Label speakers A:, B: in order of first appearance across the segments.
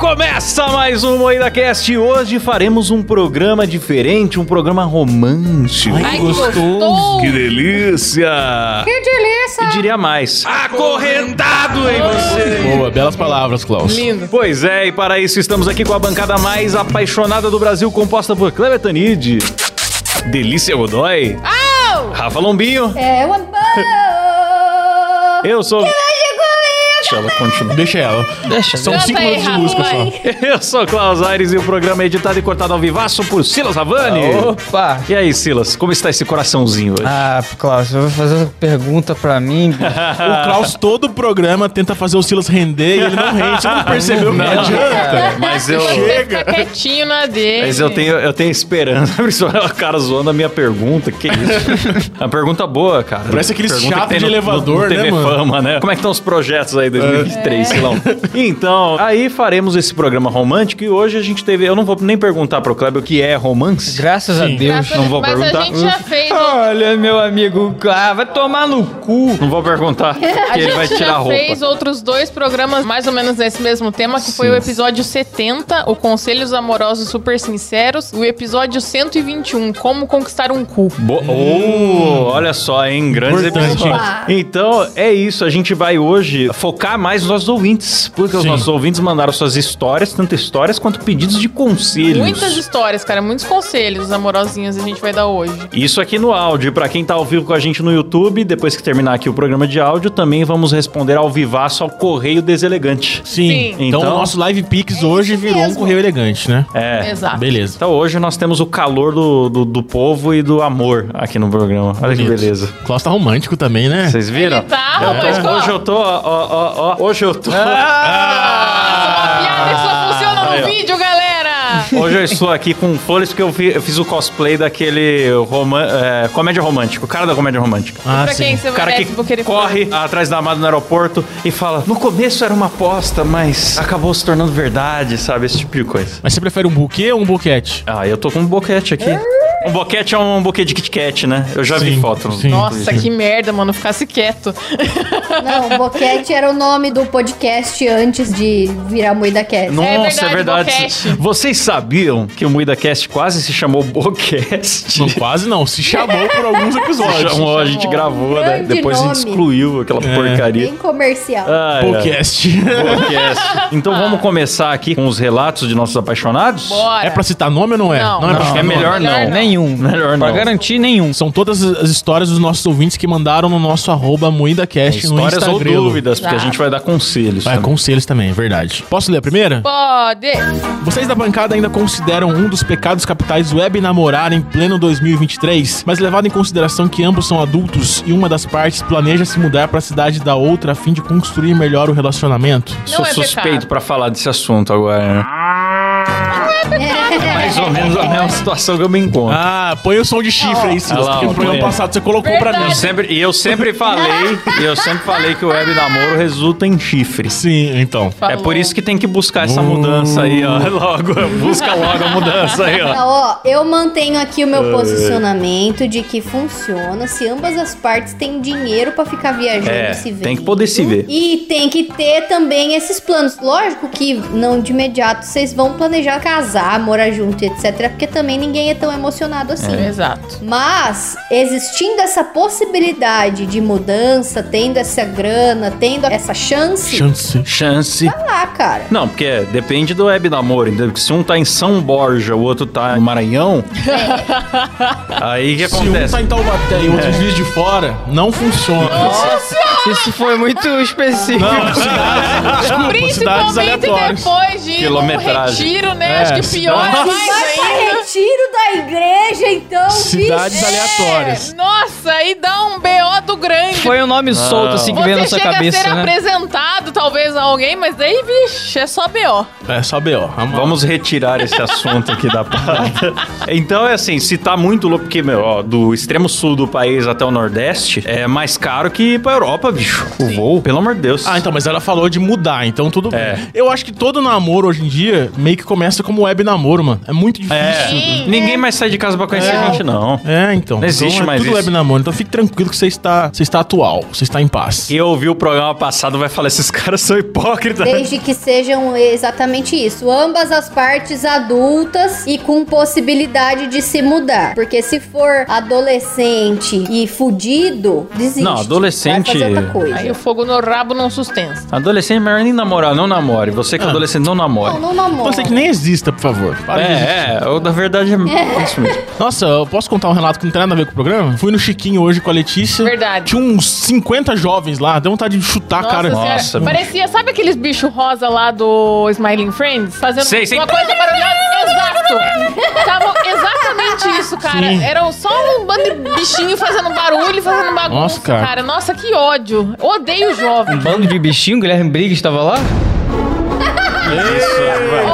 A: Começa mais um Moída Cast. Hoje faremos um programa diferente, um programa romântico.
B: Ai, que gostoso.
A: Que delícia!
C: Que delícia!
A: E diria mais.
B: Acorrentado em você!
D: Boa, belas palavras, Klaus.
C: Lindo.
A: Pois é, e para isso estamos aqui com a bancada mais apaixonada do Brasil, composta por Cleber Tanid, Delícia Godoy,
C: Au!
A: Rafa Lombinho.
C: É o amor!
A: Eu sou.
C: Chegou
A: Deixa ela continuar.
D: Deixa ela.
B: Deixa,
D: São
C: Canta
D: cinco
C: aí,
D: minutos de
C: Rafa,
D: música só.
C: tá vai.
A: Eu sou Klaus Aires e o programa é editado e cortado ao vivaço por Silas Havani.
B: Opa!
A: E aí, Silas, como está esse coraçãozinho hoje?
B: Ah, Klaus, você vai fazer uma pergunta pra mim? bicho?
D: O Klaus, todo o programa, tenta fazer o Silas render e ele não rende. Você não percebeu que não
A: Não.
C: É.
D: adianta.
A: Mas eu.
C: Fica tá quietinho na dele.
A: Mas eu tenho, eu tenho esperança. Olha o cara zoando a minha pergunta. Que isso? É uma pergunta boa, cara.
D: Parece aqueles
A: Pergunta que
D: chato
A: tem
D: de
A: no-
D: elevador,
A: no TV
D: né, mano? É.
A: Fama, né? Como é que estão os projetos aí 2023, sei lá. Então, aí faremos esse programa romântico e hoje a gente teve... Eu não vou nem perguntar pro Kleber o que é romance.
B: Graças a Deus.
C: Graças-
A: não vou
C: Tá Mas
A: perguntar.
C: a gente já fez,
B: Ah.
C: gente.
B: Olha, meu amigo, ah, vai tomar no cu.
A: Não vou perguntar,
C: A
A: porque ele
C: gente
A: vai tirar
C: já
A: a roupa.
C: fez outros dois programas mais ou menos nesse mesmo tema, que foi
A: Sim.
C: o episódio 70, o Conselhos Amorosos Super Sinceros, e o episódio 121, Como Conquistar um Cu.
A: Bo- Oh, olha só, hein? Grandes
D: Hum. Importante.
A: episódios. Então, é isso. A gente vai hoje focar mais nos nossos ouvintes. Porque os
D: Sim.
A: nossos ouvintes mandaram suas histórias, tanto histórias quanto pedidos de conselhos.
C: Muitas histórias, cara, muitos conselhos amorosinhos a gente vai dar hoje.
A: Isso aqui no áudio. Pra quem tá ao vivo com a gente no YouTube, depois que terminar aqui o programa de áudio, também vamos responder ao vivaço ao correio deselegante.
D: Sim.
A: Sim.
D: Então,
A: Então-
D: o nosso Live Pix hoje virou um correio elegante, né?
A: É.
C: Exato.
D: Beleza.
A: Então hoje nós temos o calor do, do, do povo e do amor aqui no programa. Olha que
D: Bonito.
A: beleza.
D: O Klaus tá romântico também, né?
A: Vocês viram?
C: Ele tá,
A: Eu
C: rapaz,
A: tô-
C: qual?
A: É. hoje eu tô, ó, ó, ó, ó. Hoje eu tô.
C: Ah, essa é uma piada que só funciona no
A: Aí, ó.
C: vídeo, galera!
A: Hoje eu estou aqui com flores porque eu, fi- eu fiz o cosplay daquele roman, é, comédia romântica, o cara da comédia romântica.
D: Ah,
C: pra quem você
A: O cara
C: vai
A: que
C: dar porque ele
A: corre atrás da amada no aeroporto e fala: No começo era uma aposta, mas acabou se tornando verdade, sabe? Esse tipo de coisa.
D: Mas você prefere um buquê ou um boquete?
A: Ah, eu tô com um boquete aqui. Um boquete é um buquê de Kit Kat, né? Eu já vi
D: Sim,
A: foto.
D: sim.
C: Nossa, que merda, mano, ficasse quieto.
E: Não, Boquete era o nome do podcast antes de virar Moída Cast.
A: Nossa, é
C: É
A: verdade.
C: verdade, boquete.
A: Vocês sabiam que o MuidaCast quase se chamou Boquete?
D: Não, quase não. Se chamou por alguns
A: Se
D: episódios.
A: chamou, a gente
E: Chamou.
A: gravou, né?
E: Grande
A: Depois a gente
E: nome.
A: excluiu aquela
D: É.
A: porcaria.
E: Bem comercial.
A: Ah,
D: Podcast.
A: Então vamos começar aqui com os relatos de nossos apaixonados?
C: Bora.
D: É pra citar nome ou não é?
C: Não.
D: é pra
C: Não,
A: É
D: citar nome.
A: melhor não.
C: Melhor não.
B: Nenhum.
A: Melhor
B: pra
A: não.
B: garantir, nenhum.
D: São todas as histórias dos nossos ouvintes que mandaram no nosso arroba MoindaCast
A: É,
D: no
A: Histórias ou
D: Instagram.
A: dúvidas, porque a
C: Ah.
A: gente vai dar conselhos.
D: Vai,
A: também.
D: conselhos também, é verdade. Posso ler a primeira?
C: Pode.
D: Vocês da bancada ainda consideram um dos pecados capitais web namorar em pleno 2023? Mas levado em consideração que ambos são adultos e uma das partes planeja se mudar pra cidade da outra a fim de construir melhor o relacionamento?
A: Sou
C: Não é
A: suspeito
C: pecado.
A: pra falar desse assunto agora. né? Mais ou menos a mesma situação que eu me encontro.
D: Ah, põe o som de chifre aí,
A: Ah
D: Silas,
A: lá,
D: porque
A: ó,
D: no programa
A: tá vendo?
D: passado você colocou pra
A: Eu
D: mim.
C: Verdade.
A: sempre, e eu sempre falei, e eu sempre falei que o web namoro resulta em chifres.
D: Sim, então.
A: É por isso que tem que buscar
D: Uh.
A: essa mudança aí, ó. Logo, busca logo a mudança aí, ó.
E: Não, Então, ó, eu mantenho aqui o meu posicionamento de que funciona se ambas as partes têm dinheiro pra ficar viajando
A: É,
E: e se vendo.
A: tem que poder se ver.
E: E tem que ter também esses planos. Lógico que não de imediato vocês vão planejar casar, morar junto, etc. Porque também ninguém é tão emocionado assim.
A: É.
C: Exato.
E: Mas, existindo essa possibilidade de mudança, tendo essa grana, tendo essa chance,
D: Chance.
A: Chance.
E: vai lá, tá, cara.
A: Não, porque é, depende do web namoro, entendeu? Porque se um tá em São Borja, o outro tá no Maranhão, aí o que
D: Se um
A: acontece?
D: tá em Taubaté e o outro em Juiz de Fora, não funciona.
B: Isso foi muito específico.
D: Ah, cidades
C: Principalmente
D: aleatórias.
C: depois de um
A: Quilometragem.
C: retiro, né?
D: É,
C: Acho que pior
A: nossa.
C: mais
E: Vai pra
C: ainda.
E: retiro da igreja, então,
D: Cidades
E: vixe.
D: aleatórias.
C: Nossa, aí dá um BO do grande.
B: Foi um nome solto assim que veio na
C: Você
B: sua
C: chega a
B: cabeça,
C: ser
B: né?
C: apresentado, talvez, a alguém, mas aí, vixe, é só BO.
D: É só B.O.
A: Vamos retirar esse assunto aqui da pauta. Então é assim, se tá muito louco, porque, meu, ó, do extremo sul do país até o nordeste, é mais caro que ir pra Europa, bicho. O voo, pelo amor de Deus.
D: Ah, então, mas ela falou de mudar, então tudo
A: É.
D: bem. Eu acho que todo namoro hoje em dia meio que começa como web namoro, mano. É muito
A: É,
D: difícil.
A: ninguém mais sai de casa pra conhecer
E: É.
A: gente, não.
D: É, então.
A: Não existe
D: então, é
A: mais
D: tudo
A: isso.
D: web namoro, então fique tranquilo que você está, você está atual, você está em paz.
A: Quem ouviu o programa passado vai falar esses caras são hipócritas.
E: Desde que sejam exatamente isso. Ambas as partes adultas e com possibilidade de se mudar. Porque se for adolescente e fudido, desiste.
A: Não, adolescente-
E: Vai fazer outra coisa.
D: é
C: Aí o fogo no rabo não sustenta.
A: Adolescente é melhor nem namorar, não namore. Você que é
D: Ah.
A: adolescente, não namore.
E: Não, não namora.
D: Pode ser que nem exista, por favor. Para de existir.
A: É, é, ou na verdade é isso mesmo.
D: Nossa, eu posso contar um relato que não tem nada a ver com o programa? Fui no Chiquinho hoje com a Letícia.
C: Verdade.
D: Tinha uns 50 jovens lá, deu vontade de chutar,
C: Nossa,
D: cara.
C: senhora.
A: Nossa.
C: Parecia, sabe aqueles bichos rosa lá do Smiling Friends? Fazendo
A: Sei, sei.
C: uma coisa maravilhosa? Exato! Tava exatamente isso, cara.
D: Sim.
C: Era só um bando de bichinho fazendo barulho, fazendo bagunça,
D: Nossa, cara.
C: cara. Nossa, que ódio. Odeio jovem.
B: Bando de bichinho, Guilherme Briggs tava lá?
A: Isso, vai.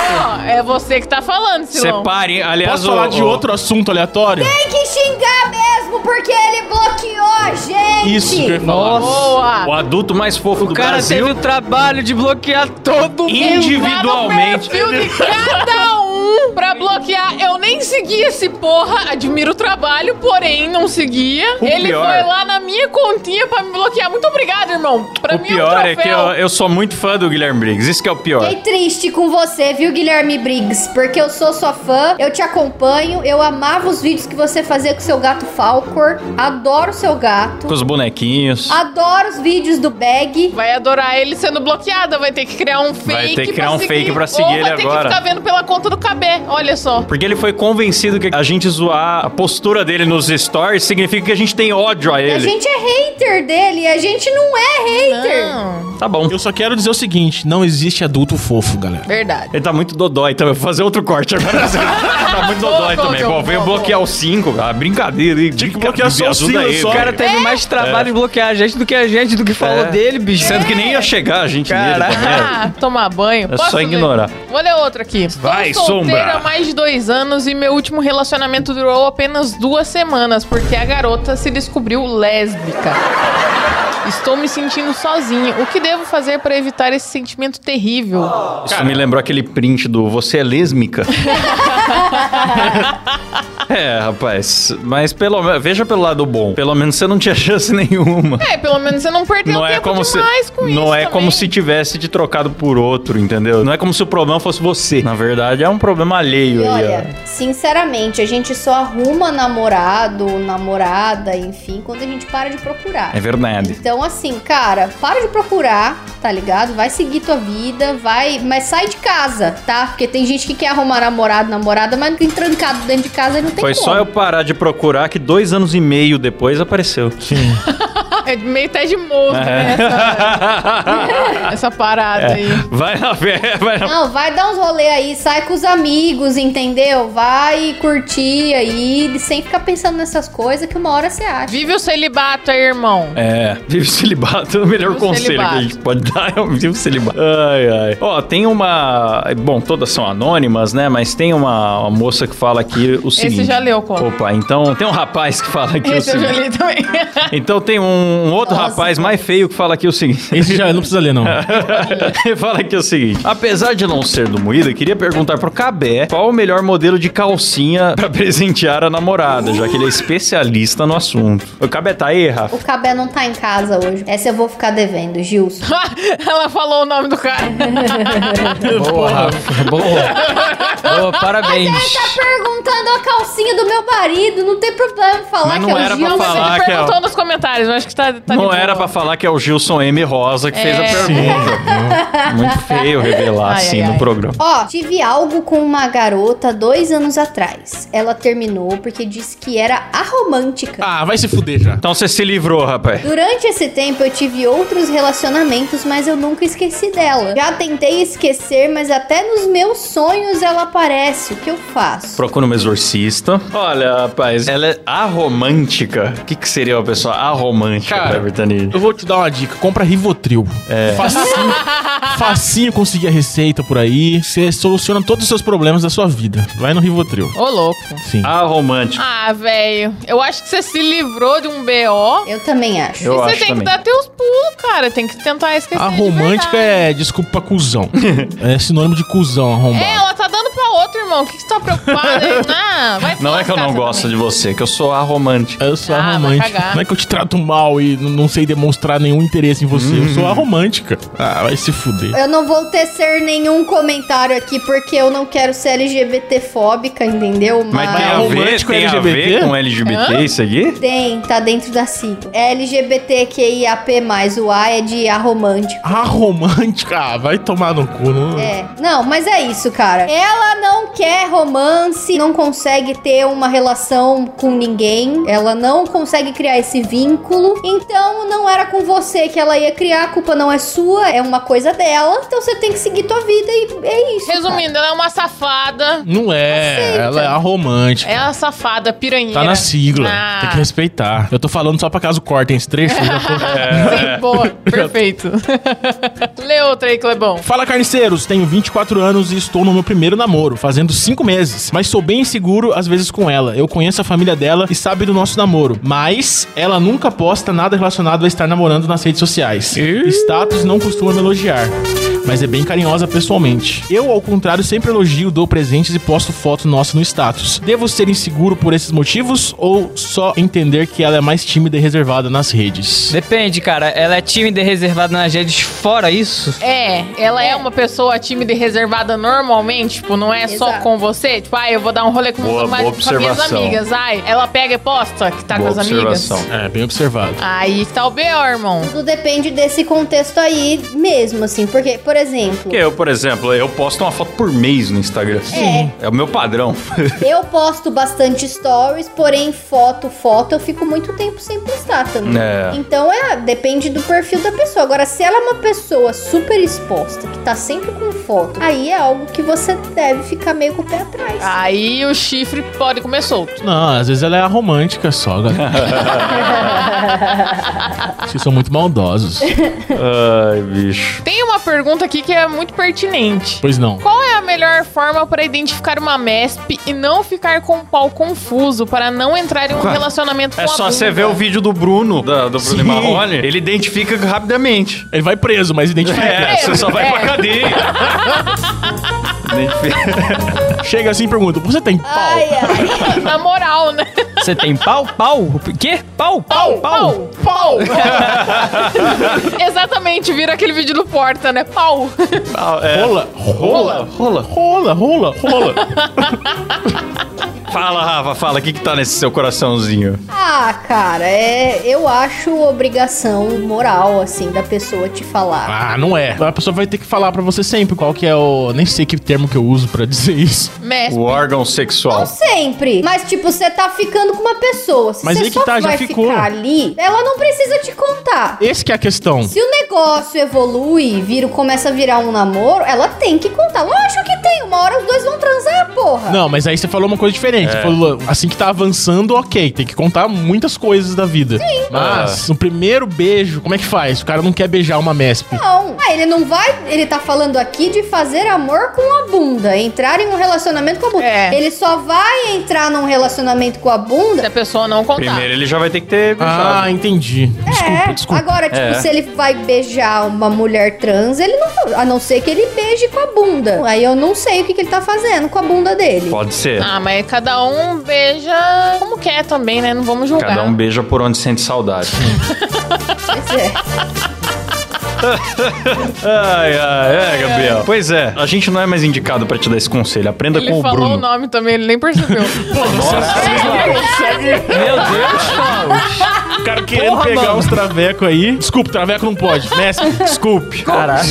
A: é
C: Ó, é você que tá falando, Silão.
A: Separem, aliás,
D: Posso falar
A: o-
D: de
A: o-
D: outro assunto aleatório?
E: Tem que xingar mesmo, porque ele bloqueou a gente.
D: Isso que eu ia falar.
B: Nossa.
A: O
C: Boa!
A: adulto mais fofo do
B: O cara
A: Brasil.
B: teve o trabalho de bloquear todo mundo.
A: Individualmente.
C: Entrar no perfil de cada um pra bloquear. Eu nem segui esse porra, admiro o trabalho, porém não seguia.
A: O
C: Ele
A: pior-
C: foi lá na minha continha pra me bloquear. Muito obrigado, irmão. Pra
A: O
C: mim
A: pior
C: é um
A: é que eu,
C: troféu.
A: eu sou muito fã do Guilherme Briggs. Isso que é o pior.
E: Fiquei triste com você, viu, Guilherme Briggs? Porque eu sou sua fã, eu te acompanho, eu amava os vídeos que você fazia com seu gato Falcor, adoro seu gato,
A: Com os bonequinhos.
E: Ah. adoro os vídeos do Bag.
C: Vai adorar ele sendo bloqueada, vai ter que criar um fake.
A: Vai ter que criar um fake pra seguir
C: Ou
A: ele
C: vai ter
A: agora.
C: que ficar vendo pela conta do Cabé, olha só.
A: Porque ele foi convencido que a gente zoar a postura dele nos stories significa que a gente tem ódio a
E: A
A: ele.
E: gente é hater dele, a gente não é hater.
C: Não,
A: Tá bom.
D: Eu só quero dizer o seguinte: não existe adulto fofo, galera.
C: verdade.
A: Ele tá muito dodói também. Vou fazer outro corte agora. tá muito dodói
C: Boa,
A: também.
C: João,
A: Pô, veio
C: boa,
A: bloquear o 5, cara. Brincadeira, hein? Tinha
D: que bloquear só o Silas, só.
B: O cara
A: tá
C: É?
B: teve mais trabalho de bloquear a gente do que a gente, do que falou
A: É.
B: dele, bicho.
A: Sendo que nem ia chegar a gente
B: Caraca.
A: nele também.
C: Ah, tomar banho.
A: É só
C: ler?
A: ignorar.
C: Vou ler outro aqui.
A: Vai,
C: Estou solteira
A: Sombra.
C: há mais de dois anos e meu último relacionamento durou apenas duas semanas, porque a garota se descobriu lésbica. Estou me sentindo sozinha. O que devo fazer para evitar esse sentimento terrível?
A: Isso me lembrou aquele print do Você é lésmica? é, rapaz. Mas pelo menos, veja pelo lado bom. Pelo menos você não tinha chance nenhuma.
C: É, pelo menos você não perdeu
A: Não é,
C: tempo
A: como se,
C: demais com isso
A: não é
C: também.
A: como se tivesse de trocado por outro, entendeu? Não é como se o problema fosse você. Na verdade, é um problema alheio aí,
E: E
A: ó.
E: olha, sinceramente, a gente só arruma namorado, namorada, enfim, quando a gente para de procurar.
A: É verdade.
E: Então, assim, cara, para de procurar, tá ligado? Vai seguir tua vida, vai. Mas sai de casa, tá? Porque tem gente que quer arrumar namorado, namorada, mas tem trancado dentro de casa e não tem
A: Foi
E: como.
A: só eu parar de procurar que dois anos e meio depois apareceu. É. Sim.
C: É meio até de moço, né? Essa,
A: É.
C: essa parada aí.
A: vai na fé, vai na
E: Não, vai dar uns rolê aí, sai com os amigos, entendeu? Vai curtir aí, sem ficar pensando nessas coisas que uma hora você acha.
C: Vive o celibato aí, irmão.
A: É, vive celibato é o melhor
C: Vive o
A: conselho que a
C: celibato.
A: gente pode dar, é o vive celibato. Ai, ai. Ó, tem uma... Bom, todas são anônimas, né? Mas tem uma, uma moça que fala aqui o seguinte...
C: já leu, Colo.
A: Opa, então tem um rapaz que fala aqui o
C: Esse eu já
A: seguinte...
C: li também.
A: Então tem um, um outro
E: Nossa.
A: rapaz mais feio que fala aqui o seguinte...
D: Esse já não precisa ler, não.
A: É. Ele fala aqui o seguinte: apesar de não ser do Moída, eu queria perguntar pro Cabé qual o melhor modelo de calcinha pra presentear a namorada, já que ele é especialista no assunto. O Cabé tá aí, Rafa?
E: O Cabé não tá em casa hoje. Essa eu vou ficar devendo, Gilson.
C: Ela falou o nome do cara.
B: Boa, Rafa. Boa. Boa, parabéns.
C: é,
E: Tá Perguntando a calcinha do meu marido, não tem problema falar
A: Mas não
E: que é o
A: era pra
E: Gilson.
A: falar.
C: Ele
A: que é o-
C: perguntou nos comentários, eu acho que tá, tá de
A: Não
C: boa.
A: era pra falar que é o Gilson M. Rosa que fez a
C: É.
A: pergunta. Muito feio revelar
C: Ai,
A: assim
C: ai,
A: no
C: ai.
A: programa.
E: Ó, tive algo com uma garota dois anos atrás. Ela terminou porque disse que era aromântica.
D: Ah, vai se fuder já.
A: Então você se livrou, rapaz.
E: Durante esse tempo eu tive outros relacionamentos, mas eu nunca esqueci dela. Já tentei esquecer, mas até nos meus sonhos ela aparece. O que eu faço?
A: Procura um exorcista. Olha, rapaz, ela é aromântica. O que, que seria uma pessoa aromântica
D: Cara,
A: pra Bertanini?
D: Eu vou te dar uma dica: compra Rivotril. É. Facinho, facinho conseguir a receita por aí. Você soluciona todos os seus problemas da sua vida. Vai no Rivotril.
C: Ô, louco.
D: Sim.
A: Aromântica.
C: Ah, velho. Eu acho que você se livrou de um B.O.
E: Eu também acho.
A: Eu
C: e você
A: acho
C: tem
A: também.
C: que dar teus pulos, cara. Tem que tentar esquecer.
D: A
C: de
D: romântica
C: verdade.
D: é desculpa pra cuzão. é sinônimo de cuzão
C: É,
D: arrombado.
C: ela tá dando pra outro, irmão. O que, que você tá preocupado aí? Ah, vai se
A: Não é que eu não
C: lascar
A: gosto
C: também.
A: de você, é que eu sou arromântico.
D: Eu sou
C: Ah, vai
D: arromântica.
C: cagar.
D: Não é que eu te trato mal e n- não sei demonstrar nenhum interesse em você. Eu sou arromântica. Ah, vai se fuder.
E: Eu não vou tecer nenhum comentário aqui porque eu não quero ser LGBTfóbica, entendeu?
A: Mas, tem a ver,
D: arromântico é
A: tem a ver
D: LGBT?
A: com LGBT isso aqui?
E: Tem, tá dentro da sigla. É LGBTQIAP+, o A é de arromântico.
D: Arromântica? Ah, vai tomar no cu. Não...
E: É. Não, mas é isso, cara. Ela não quer romance, não consegue ter uma relação com ninguém, ela não consegue criar esse vínculo. Então não era com você que ela ia criar, a culpa não é sua, é uma coisa dela. Então você tem que seguir tua vida e é isso. cara.
C: Resumindo, ela é uma safada.
D: Não é.
E: Aceita.
D: Ela é arromântica.
C: É uma safada, piranheira.
D: Tá na sigla.
C: Ah.
D: Tem que respeitar. Eu tô falando só pra caso cortem esse trecho. eu já tô-
C: É. Sim, boa. Perfeito. Lê outra aí, Clebão.
D: Fala, carniceiros! Tenho 24 anos e estou no meu primeiro namoro, fazendo 5 meses. Mas sou bem inseguro, às vezes, com ela. Eu conheço a família dela e sabe do nosso namoro. Mas ela nunca posta nada relacionado a estar namorando nas redes sociais. Status não costuma me elogiar. Mas é bem carinhosa pessoalmente. Eu, ao contrário, sempre elogio, dou presentes e posto foto nossa no status. Devo ser inseguro por esses motivos ou só entender que ela é mais tímida e reservada nas redes?
B: Depende, cara. Ela é tímida e reservada nas redes fora isso?
C: É, ela é. uma pessoa tímida e reservada normalmente, tipo, não é só
E: Exato.
C: com você. Tipo, ai, eu vou dar um rolê com,
A: Boa-
C: uma-
A: boa
C: com as minhas
A: observação.
C: amigas. Ai, ela pega e posta que tá
A: Boa
C: com as
A: observação.
C: amigas.
D: É, bem observado.
C: Aí que tá o B.O., irmão.
E: Tudo depende desse contexto aí mesmo, assim. Porque, por exemplo,
A: Porque eu, por exemplo, eu posto uma foto por mês no Instagram.
E: É.
A: É o meu padrão.
E: eu posto bastante stories, porém foto, foto, eu fico muito tempo sem postar também.
A: É.
E: Então é, depende do perfil da pessoa. Agora, se ela é uma pessoa super exposta, que tá sempre com foto, aí é algo que você deve ficar meio com o pé atrás.
C: Aí o chifre pode comer solto.
D: Não, às vezes ela é romântica só, galera. Vocês são muito maldosos.
A: Ai, bicho.
C: Tem uma pergunta aqui que é muito pertinente.
D: Pois não.
C: Qual é a melhor forma para identificar uma MESP e não ficar com o pau confuso para não entrar em um relacionamento com
A: É
C: a
A: só
C: bunda?
A: você ver o vídeo do Bruno, da- do Bruno
D: Sim.
A: Marrone. Ele identifica rapidamente.
D: Ele vai preso, mas identifica.
A: É, você só vai
C: É.
A: pra cadeia. Identifica.
D: Chega assim e pergunta: Você tem pau?
E: Ai, ai.
C: Na moral, né?
B: Você tem pau? Pau? O quê? Pau? Pau? Pau?
C: Pau! Exatamente, vira aquele vídeo do Porta, né? Pau!
A: Ah, é.
D: Rola, rola, rola, rola, rola, rola.
A: Fala, Rafa, fala. O que, que tá nesse seu coraçãozinho?
E: Ah, cara, é, eu acho obrigação moral, assim, da pessoa te falar.
D: Ah, não é. A pessoa vai ter que falar pra você sempre qual que é o. Nem sei que termo que eu uso pra dizer isso.
C: Mestre.
A: O órgão
E: Não
A: sexual.
E: sempre. Mas, tipo, você tá ficando com uma pessoa. Se
D: Mas
E: você
D: aí que
E: só
D: tá, já
E: vai
D: ficou.
E: ficar ali, ela não precisa te contar.
D: Esse que é a questão.
E: Se o negócio evolui, vira, começa a virar um namoro, ela tem que contar. Lógico que tem. Uma hora os dois vão transar, porra.
D: Não, mas aí você falou uma coisa diferente. Você falou, assim que tá avançando, ok, tem que contar muitas coisas da vida. Sim. Ah. Mas, no primeiro beijo, como é que faz? O cara não quer beijar uma mesp.
E: Não. Ah, ele não vai. Ele tá falando aqui de fazer amor com a bunda. Entrar em um relacionamento com a bunda.
C: É.
E: Ele só vai entrar num relacionamento com a bunda.
C: Se a pessoa não contar.
A: Primeiro ele já vai ter que ter
D: Ah,
A: beijado.
D: entendi. Desculpa,
E: é.
D: desculpa.
E: Agora, tipo,
A: É.
E: se ele vai beijar uma mulher trans, ele não. A não ser que ele beije com a bunda. Aí eu não sei o que, que ele tá fazendo com a bunda dele.
A: Pode ser.
C: Ah, mas cada um beija como quer também, né? Não vamos julgar.
A: Cada um beija por onde sente saudade.
E: Pois é.
A: ai, ai, é, Gabriel. Pois é, a gente não é mais indicado pra te dar esse conselho. Aprenda
C: Ele
A: com o
C: falou o
A: Bruno.
C: nome também, ele nem percebeu.
B: Meu Deus,
D: O cara querendo
B: Porra,
D: pegar
B: mano.
D: uns traveco aí. Desculpa, traveco não pode. Mesp, desculpe.
B: Caraca.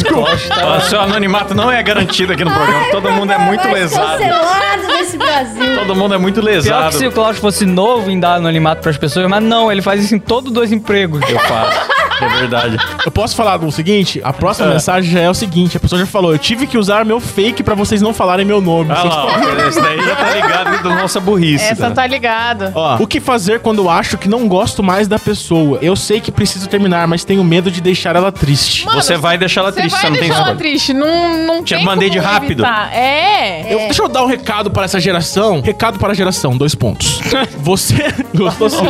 C: Tá.
A: Ó, seu anonimato não é garantido aqui no programa. Todo mundo é muito
E: Mais
A: lesado.
E: cancelado nesse Brasil.
A: Todo mundo é muito
B: Pior que se o
A: lesado.
B: Cláudio fosse novo em dar anonimato pras pessoas, mas não, ele faz isso em todos os dois empregos.
A: Eu faço. É verdade.
D: Eu posso falar do seguinte? A próxima mensagem já é o seguinte: a pessoa já falou, eu tive que usar meu fake pra vocês não falarem meu nome.
A: Olha lá, ó, esse daí já tá ligado da nossa burrice.
C: Essa
A: né?
C: tá ligada.
D: Ó, o que fazer quando acho que não gosto mais da pessoa? Eu sei que preciso terminar, mas tenho medo de deixar ela triste.
A: Você vai deixar ela
C: Você
A: triste,
C: vai
A: você não tem
C: deixar ela
A: escolha.
C: triste, não, não
A: Te
C: tem
A: mandei
C: como
A: de rápido.
C: evitar. É.
D: Eu- deixa eu dar um recado para essa geração. Recado para a geração, dois pontos. Você. Gostou sim.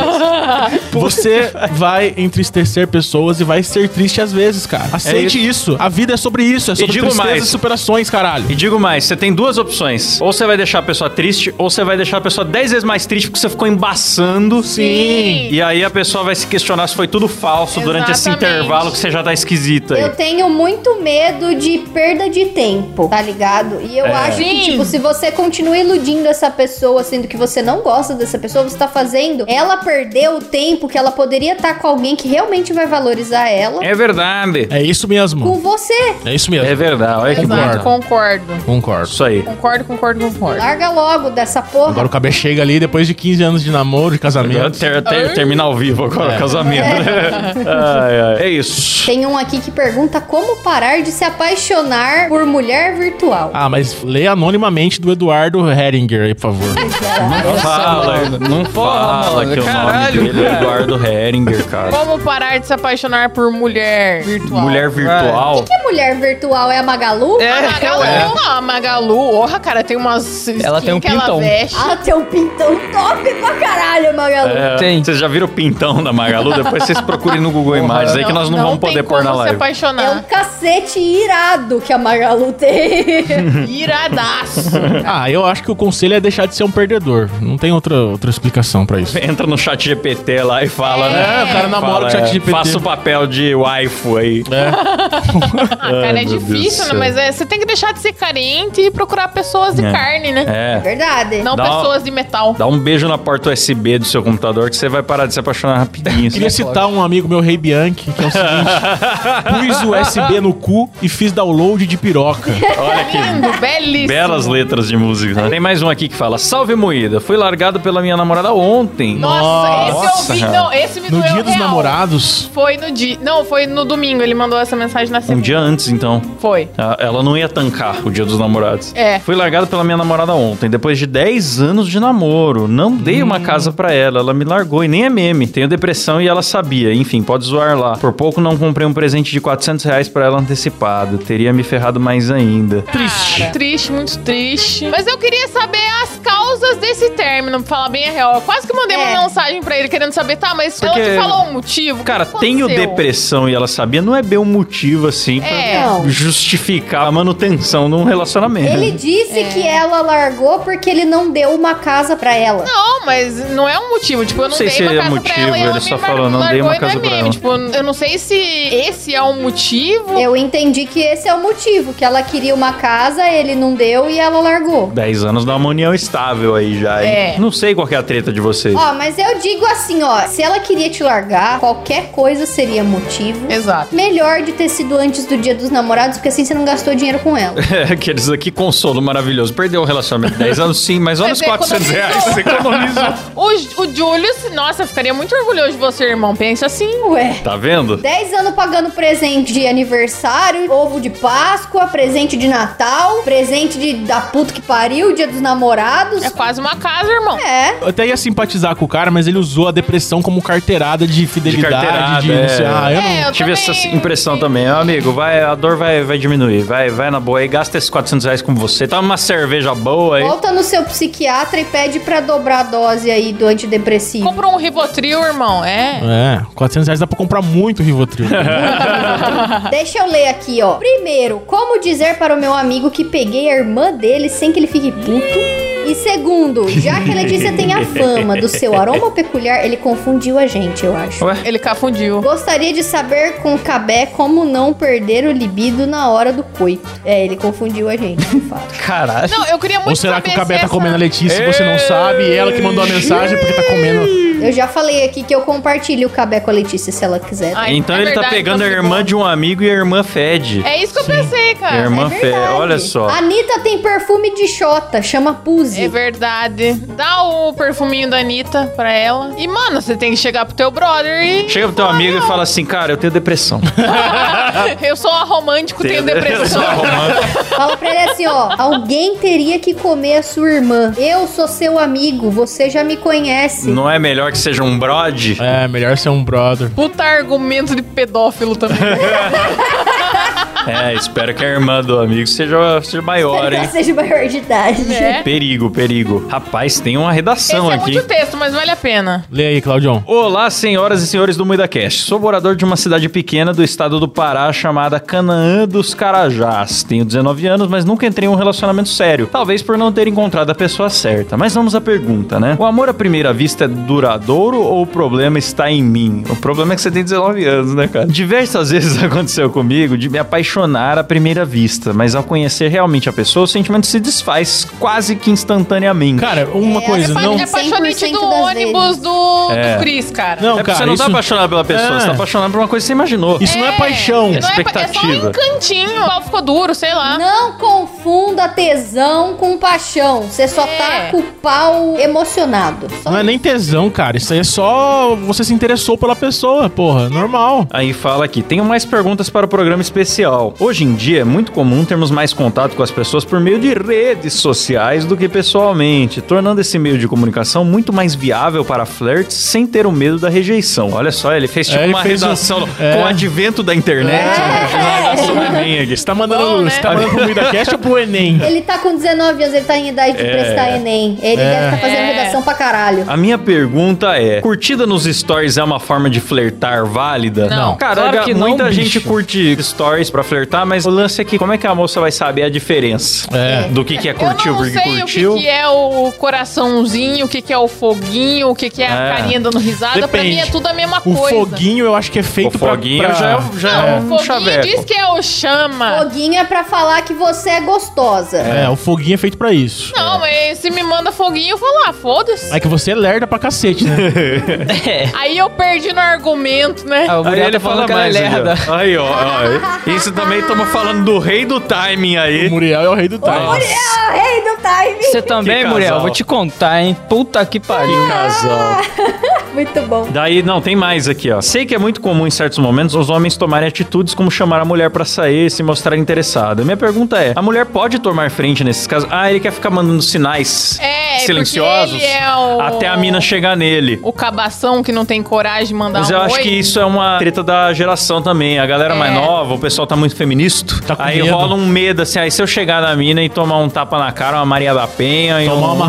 D: Você vai entristecer pessoas pessoas e vai ser triste às vezes, cara. Aceite isso. A vida é sobre isso. É sobre
A: É digo
D: tristezas
A: mais.
D: e superações, caralho.
A: E digo mais, você tem duas opções. Ou você vai deixar a pessoa triste, ou você vai deixar a pessoa 10 vezes mais triste porque você ficou embaçando.
C: Sim.
A: E aí a pessoa vai se questionar se foi tudo falso durante esse
C: Exatamente.
A: intervalo que você já tá esquisita aí.
E: Eu tenho muito medo de perda de tempo, tá ligado? E eu
A: É.
E: acho
C: Sim.
E: que, tipo, se você continua iludindo essa pessoa, sendo que você não gosta dessa pessoa, você tá fazendo ela perder o tempo que ela poderia estar com alguém que realmente vai valorizar ela
A: É verdade.
D: É isso
E: com
D: mesmo.
E: você.
D: É isso mesmo.
A: É verdade, olha que
C: Exato,
A: bom.
C: concordo.
D: Concordo.
A: Isso aí.
C: Concordo, concordo, concordo.
E: Larga logo dessa porra.
D: Agora o cabelo chega ali depois de 15 anos de namoro, de
A: Agora
D: casamento.
A: ter, ter, termina ao vivo agora o casamento. né? Ai, ai. É isso.
E: Tem um aqui que pergunta como parar de se apaixonar por mulher virtual.
D: Ah, mas leia anonimamente do Eduardo Heringer aí, por favor.
E: é
A: Não fala, não fala
B: mano,
A: que o nome
B: caralho,
A: dele é
B: cara.
A: Eduardo Heringer, cara.
C: Como parar de se apaixonar por mulher virtual?
A: Mulher virtual.
E: Que mulher virtual é a Magalu?
C: A Magalu,
B: É.
C: a Magalu, orra, cara, tem umas
B: Ela tem um
C: skin que ela
B: pintão.
C: veste.
E: Ah, tem um pintão top pra caralho, Magalu.
A: É,
B: Tem.
A: Vocês já viram o pintão da Magalu? Depois vocês procurem no Google Imagens aí que nós não, vamos
C: tem
A: poder pôr na
C: como se
A: live.
E: É um
C: apaixonar.
E: cacete irado que a Magalu tem.
C: Iradaço.
D: ah, eu acho que o conselho é deixar de ser um perdedor. Não tem outra, outra explicação pra isso.
A: Entra no chat GPT lá e fala, né?
D: É, o cara namora
A: Fala,
D: o chat GPT.
A: é, Faça o papel de waifu aí.
D: É.
C: Ah, cara,
A: Ai,
C: é
A: meu Deus do
C: difícil, né?
A: céu.
C: Mas é, você tem que deixar de ser carente e procurar pessoas de
A: É.
C: carne, né?
A: É.
E: Verdade.
C: Não
A: Dá uma-
C: pessoas de metal.
A: Dá um beijo na porta USB do seu computador que você vai parar de se apaixonar rapidinho.
D: Queria citar um amigo meu, Rei Bianchi, que é o seguinte: pus o USB no cu e fiz download de piroca.
A: Olha que
C: Lindo, belíssimo.
A: belas letras de música. né? Tem mais um aqui que fala: Salve moída, fui largado pela minha namorada ontem.
C: Nossa, esse
A: Nossa,
C: eu vi.
A: cara.
C: Não, esse me
D: No
C: doeu
D: dia dos
C: real.
D: namorados.
C: Foi no dia. Não, foi no domingo. Ele mandou essa mensagem na
A: Um
C: semana.
A: dia antes, então.
C: Foi.
A: Ah, Ela não ia tancar o dia dos namorados.
C: É.
A: Fui largado pela minha namorada ontem, depois de 10 anos de namoro. Não dei
C: Hum.
A: uma casa pra ela, ela me largou e nem é meme. Tenho depressão e ela sabia. Enfim, pode zoar lá. Por pouco não comprei um presente de 400 reais pra ela antecipado. Teria me ferrado mais ainda.
D: Triste.
C: Cara, Triste, muito triste. Mas eu queria saber as causas desse término, pra falar bem a real. Eu quase que mandei
E: É.
C: uma mensagem pra ele querendo saber, tá, mas ela
A: Porque-
C: te falou um motivo? O que
A: Cara,
C: que
A: tenho
C: aconteceu?
A: depressão e ela sabia, não é bem um motivo assim pra
C: É.
E: Não.
A: justificar a manutenção de um relacionamento.
E: Ele disse
C: É.
E: que ela largou porque ele não deu uma casa pra ela.
C: Não, mas não é um motivo. Tipo, eu não,
A: Não sei
C: dei
A: se
C: uma
A: é
C: casa pra
A: motivo,
C: ela e
A: ele
C: ela
A: só
C: me
A: falou, não
C: largou
A: dei uma
C: e é
A: casa pra
C: meme.
A: ela.
C: Tipo, eu não sei se esse é um motivo.
E: Eu entendi que esse é o motivo, que ela queria uma casa, ele não deu e ela largou.
A: 10 anos dá uma união estável aí já. hein?
C: É. Ah.
A: Não sei qual que é a treta de vocês.
E: Ó, mas eu digo assim, ó, se ela queria te largar, qualquer coisa seria motivo.
C: Exato.
E: Melhor de ter sido antes do dia dos namorados, porque assim você não gastou dinheiro com ela.
A: Aqueles aqui, consolo maravilhoso. Perdeu o relacionamento de 10 anos, sim, mas olha os
C: Mas é
A: 400 reais.
C: economizou.
A: Você economizou.
C: O, o Julius, nossa, eu ficaria muito orgulhoso de você, irmão. Pensa assim.
E: Ué.
A: Tá vendo?
E: 10 anos pagando presente de aniversário, ovo de Páscoa, presente de Natal, presente de, da puta que pariu, dia dos namorados.
C: É quase uma casa, irmão.
E: É.
D: Eu até ia simpatizar com o cara, mas ele usou a depressão como carteirada de fidelidade. De
A: carteirada,
D: não sei,
A: é.
D: ah, eu
C: É,
D: não.
C: eu
A: Tive
C: também-
A: essa impressão também. Ah, Amigo, vai, a dor vai, vai diminuir. Vai, vai na boa aí, gasta esses 400 reais com você. Toma uma cerveja boa aí.
E: Volta no seu psiquiatra e pede pra dobrar a dose aí do antidepressivo.
C: Compra um Rivotril, irmão. É.
D: É, 400 reais dá pra comprar muito Rivotril.
E: Deixa eu ler aqui, ó. Primeiro, como dizer para o meu amigo que peguei a irmã dele sem que ele fique puto? E segundo, já que a Letícia tem a fama do seu aroma peculiar, ele confundiu a gente, eu acho.
A: Ué?
C: Ele cafundiu.
E: Gostaria de saber com o Cabé como não perder o libido na hora do coito. É, ele confundiu a gente, de fato.
A: Caralho.
C: Não, eu queria muito
D: Ou será que o
C: saber
D: Cabé
C: se
D: tá
C: essa-
D: comendo a Letícia e você não sabe? E ela que mandou a mensagem porque tá comendo.
E: Eu já falei aqui que eu compartilho o Cabé com a Letícia se ela quiser.
C: Ai,
A: Então
C: é
A: ele tá
C: verdade,
A: pegando a
C: tá
A: irmã de um amigo e a irmã fede.
C: É isso que eu pensei, cara.
A: Minha irmã
E: É
A: fede.
E: verdade.
A: Olha só.
E: Anitta tem perfume de Xota, chama Puzi.
C: É verdade. Dá o perfuminho da Anitta pra ela. E, mano, você tem que chegar pro teu brother e.
A: Chega pro teu amigo e fala assim, cara, eu tenho depressão.
C: eu sou a romântico, tenho depressão.
E: Fala pra ele assim, ó. Alguém teria que comer a sua irmã. Eu sou seu amigo, você já me conhece.
A: Não é melhor que seja um brode?
D: É, melhor ser um brother.
C: Puta argumento de pedófilo também.
A: É, espero que a irmã do amigo seja, seja maior,
E: Espero que
A: hein?
C: assim,
E: ela seja maior de idade.
C: É.
A: Perigo, perigo. Rapaz, tem uma redação
C: Esse é
A: aqui.
C: muito texto, mas vale a pena.
D: Lê aí, Claudião.
A: Olá, senhoras e senhores do Muida Cast. Sou morador de uma cidade pequena do estado do Pará chamada Canaã dos Carajás. Tenho 19 anos, mas nunca entrei em um relacionamento sério. Talvez por não ter encontrado a pessoa certa. Mas vamos à pergunta, né? O amor à primeira vista é duradouro ou o problema está em mim? O problema é que você tem 19 anos, né, cara? Diversas vezes aconteceu comigo de me apaixonar à primeira vista, mas ao conhecer realmente a pessoa, o sentimento se desfaz quase que instantaneamente.
D: Cara, uma
E: É,
D: coisa,
E: é
C: Pa-
D: não.
C: é apaixonante
E: 100%
C: do
E: das
C: ônibus
E: vezes.
C: do, do
A: É.
C: Cris, cara.
D: Não,
A: É porque
D: cara,
A: você não tá
D: isso-
A: apaixonado pela pessoa,
D: É.
A: você tá apaixonado por uma coisa que você imaginou.
D: Isso não é paixão.
C: Não é, pa- é só um
A: Expectativa.
C: encantinho. O pau ficou duro, sei lá.
E: Não confunda tesão com paixão. Você só
C: É.
E: tá com o pau emocionado. Só
D: Não é nem tesão, cara. Isso aí é só você se interessou pela pessoa, porra. Normal.
A: Aí fala aqui, tenho mais perguntas para o programa especial. Hoje em dia é muito comum termos mais contato com as pessoas por meio de redes sociais do que pessoalmente, tornando esse meio de comunicação muito mais viável para flertes sem ter o medo da rejeição. Olha só, ele fez tipo
D: É, ele
A: uma
D: fez um-
A: redação
D: é.
A: com o advento da internet. Uma redação do Enem aqui.
D: Né? Você tá mandando,
C: É. Bom, né? É
D: você tá mandando comida cast ou pro Enem?
E: Ele tá com 19 anos, ele tá em idade de prestar Enem. Ele deve estar fazendo
C: É.
E: redação pra caralho.
A: A minha pergunta é: curtida nos stories é uma forma de flertar válida?
C: Não.
A: Cara,
B: Claro que não,
A: muita gente
B: bicho.
A: curte stories pra flertar, mas o lance é que como é que a moça vai saber a diferença
D: É.
A: do que, que é
C: eu
A: curtiu
C: não
A: porque
C: sei
A: curtiu?
C: o que que, é o coraçãozinho, o que, que é o foguinho, o que, que é a
A: É.
C: carinha dando risada. Pra
D: Depende.
C: mim é tudo a mesma
D: O
C: coisa.
D: foguinho eu acho que é
A: O
D: feito pra-
A: foguinho
D: pra...
A: já é, já
C: Não,
A: é
C: o
A: um
C: foguinho
A: chaveco.
C: diz que é o chama.
E: Foguinho é pra falar que você é gostosa.
D: É, o foguinho é feito pra isso.
C: Não, mas se me manda foguinho, eu vou lá, foda-se.
D: É que você é lerda pra cacete, né?
B: É.
C: Aí eu perdi no argumento, né?
B: Ah, o
A: Aí
B: Guriel
A: ele
B: tá falando
A: fala
B: que ela é
A: mais.
B: lerda.
A: Aí, ó. Aí, ó, ó. Isso também estamos falando do rei do timing
D: o
A: aí.
D: Muriel é o rei do time.
E: Mulher, rei do Ah, time!
B: Você também,
A: casal.
B: Muriel, vou te contar, hein? Puta que pariu.
A: Casal.
E: Muito bom.
A: Daí, não, tem mais aqui, ó. Sei que é muito comum em certos momentos os homens tomarem atitudes como chamar a mulher pra sair e se mostrar interessada. Minha pergunta é: a mulher pode tomar frente nesses casos? Ah, ele quer ficar mandando sinais
C: É,
A: silenciosos
C: porque ele é o-
A: até a mina chegar nele.
C: O cabação que não tem coragem de mandar
A: Mas
C: um
A: eu acho
C: oi.
A: que isso é uma treta da geração também. A galera mais
C: É.
A: nova, o pessoal tá muito feministo.
D: Tá com
A: aí
D: medo.
A: rola um medo, assim, aí se eu chegar na mina e tomar um tapa na cara, uma Maria da Penha... e
D: Tomar
A: um-
D: uma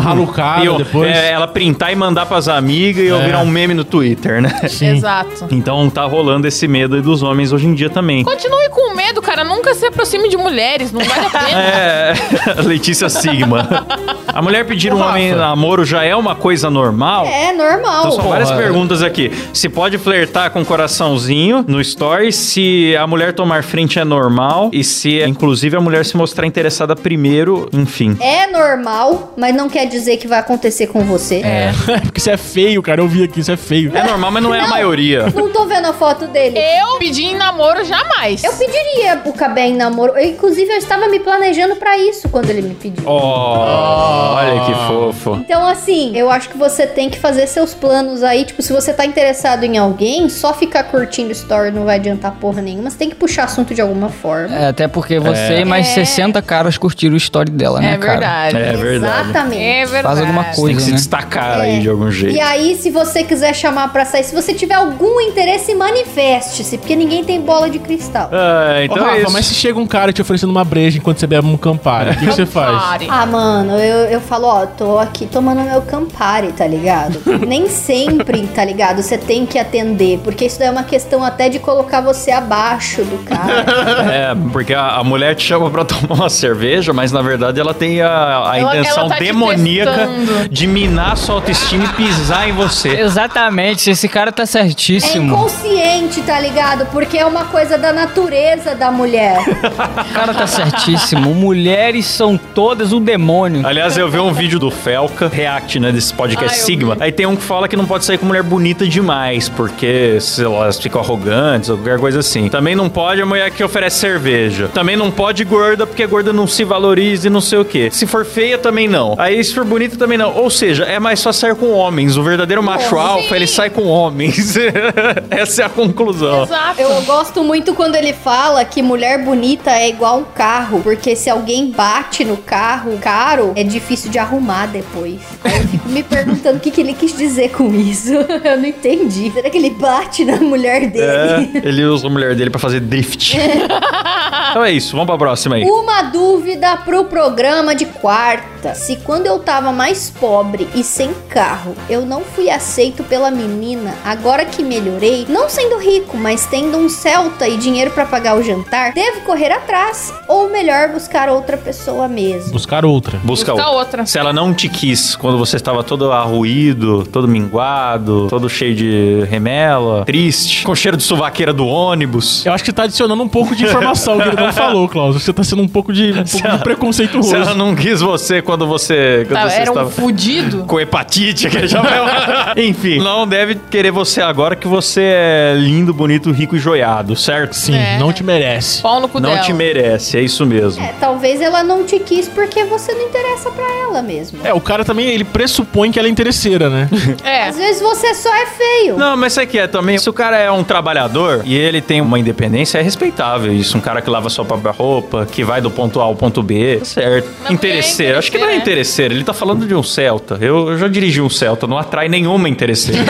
D: ralucada
A: e eu-
D: depois.
A: é, ela printar e mandar pras amigas e eu
D: É.
A: virar um meme no Twitter, né?
C: Exato.
A: Então tá rolando esse medo aí dos homens hoje em dia também.
C: Continue com medo, cara. Nunca se aproxime de mulheres. Não vale a pena.
A: É, Letícia Sigma. A mulher pedir um
D: Rafa.
A: homem em namoro já é uma coisa normal?
E: É normal.
A: Então são várias
D: Porra.
A: perguntas aqui. Se pode flertar com coraçãozinho no story, se a mulher tomar frente é normal e se, inclusive, a mulher se mostrar interessada primeiro, enfim.
E: É normal, mas não quer dizer que vai acontecer com você. É.
D: Porque isso é feio, cara. Eu vi aqui, isso é feio.
A: É normal, mas não é a
E: Não.
A: maioria.
E: Não tô vendo a foto dele.
C: Eu pedi em namoro jamais.
E: Eu pediria o Cabé em namoro. Eu, inclusive, eu estava me planejando pra isso quando ele me pediu.
A: Oh, olha que fofo.
E: Então, assim, eu acho que você tem que fazer seus planos aí. Tipo, se você tá interessado em alguém, só ficar curtindo story não vai adiantar porra nenhuma. Você tem que puxar assunto de alguma forma.
B: É, até porque você e mais
C: É.
B: 60 caras curtiram o story dela, né,
C: É
B: cara?
C: verdade.
A: É verdade.
E: Exatamente.
C: É verdade.
B: Faz alguma coisa.
A: Tem que se
B: né?
A: destacar aí de algum jeito.
E: E aí, se você quiser chamar pra sair, se você tiver algum interesse, manifeste-se, porque ninguém tem bola de cristal.
A: Ah, então
D: Ô,
A: é
D: Rafa,
A: isso.
D: mas se chega um cara te oferecendo uma breja enquanto você bebe um campari, o que você faz?
C: Pare.
E: Ah, mano, eu, eu falo, ó, tô aqui tomando meu Campari, tá ligado? Nem sempre, tá ligado? Você tem que atender, porque isso daí é uma questão até de colocar você abaixo do cara.
A: É, porque a, a mulher te chama pra tomar uma cerveja, mas na verdade ela tem a, a
C: Ela-
A: intenção
C: ela tá te
A: demoníaca
C: testando.
A: de minar sua autoestima e pisar em você.
B: Exatamente, esse cara tá
E: É
B: certíssimo.
E: inconsciente, tá ligado? Porque é uma coisa da natureza da mulher.
C: É
B: O cara tá certíssimo. Mulheres são todas um demônio.
A: Aliás, eu vi um vídeo do Felca, react, né, desse podcast
C: Ah, eu
A: Sigma. Aí tem um que fala que não pode sair com mulher bonita demais, porque, sei lá, elas ficam arrogantes ou qualquer coisa assim. Também não pode a mulher que oferece cerveja. Também não pode gorda, porque gorda não se valoriza e não sei o quê. Se for feia, também não. Aí se for bonita, também não. Ou seja, é mais só sair com homens. O verdadeiro macho alfa,
C: Sim.
A: ele sai com homens. Essa é a conclusão.
C: Exato.
E: Eu gosto muito quando ele fala que mulher bonita é igual um carro, porque se alguém bate no carro caro, é difícil de arrumar depois. Aí eu fico me perguntando o que, que ele quis dizer com isso. Eu não entendi. Será que ele bate na mulher dele?
A: É, ele usa a mulher dele pra fazer drift. então é isso, vamos pra próxima aí.
E: Uma dúvida pro programa de quarta. Se quando eu tava mais pobre e sem carro, eu não fui aceito pela menina, agora que melhorei, não sendo rico, mas tendo um Celta e dinheiro pra pagar o jantar, devo correr atrás ou melhor buscar outra pessoa mesmo?
D: Buscar outra.
A: Busca,
C: Busca
A: outra.
C: outra.
A: Se ela não te quis quando você estava todo arruído, todo minguado, todo cheio de remela, triste, com cheiro de sovaqueira do ônibus.
D: Eu acho que tá adicionando um pouco de informação que ele não falou, Klaus. Você tá sendo um pouco de, um pouco de preconceituoso.
A: Se ela não quis você quando você, quando
C: Tá,
A: você
C: era um
A: estava
C: fudido.
A: com hepatite, que já vai... Enfim, não deve querer você agora que você é lindo, bonito, rico e joiado, certo?
D: Sim,
C: É.
D: não te merece.
C: Pau no cu
A: Não
C: dela.
A: te merece, é isso mesmo.
E: É, talvez ela não te quis porque você não interessa pra ela mesmo.
D: É, o cara também, ele pressupõe que ela é interesseira, né?
C: É.
E: Às vezes você só é feio.
A: Não, mas isso aqui é também. Se o cara é um trabalhador e ele tem uma independência, é respeitável isso. Um cara que lava sua própria roupa, que vai do ponto A ao ponto B. Tá Certo.
C: Mas
A: interesseiro.
C: é
A: Acho que não é
C: interesseiro,
A: interesseiro. Ele tá falando de um Celta. Eu, eu já dirigi um Celta. Não atrai nenhuma interesseira.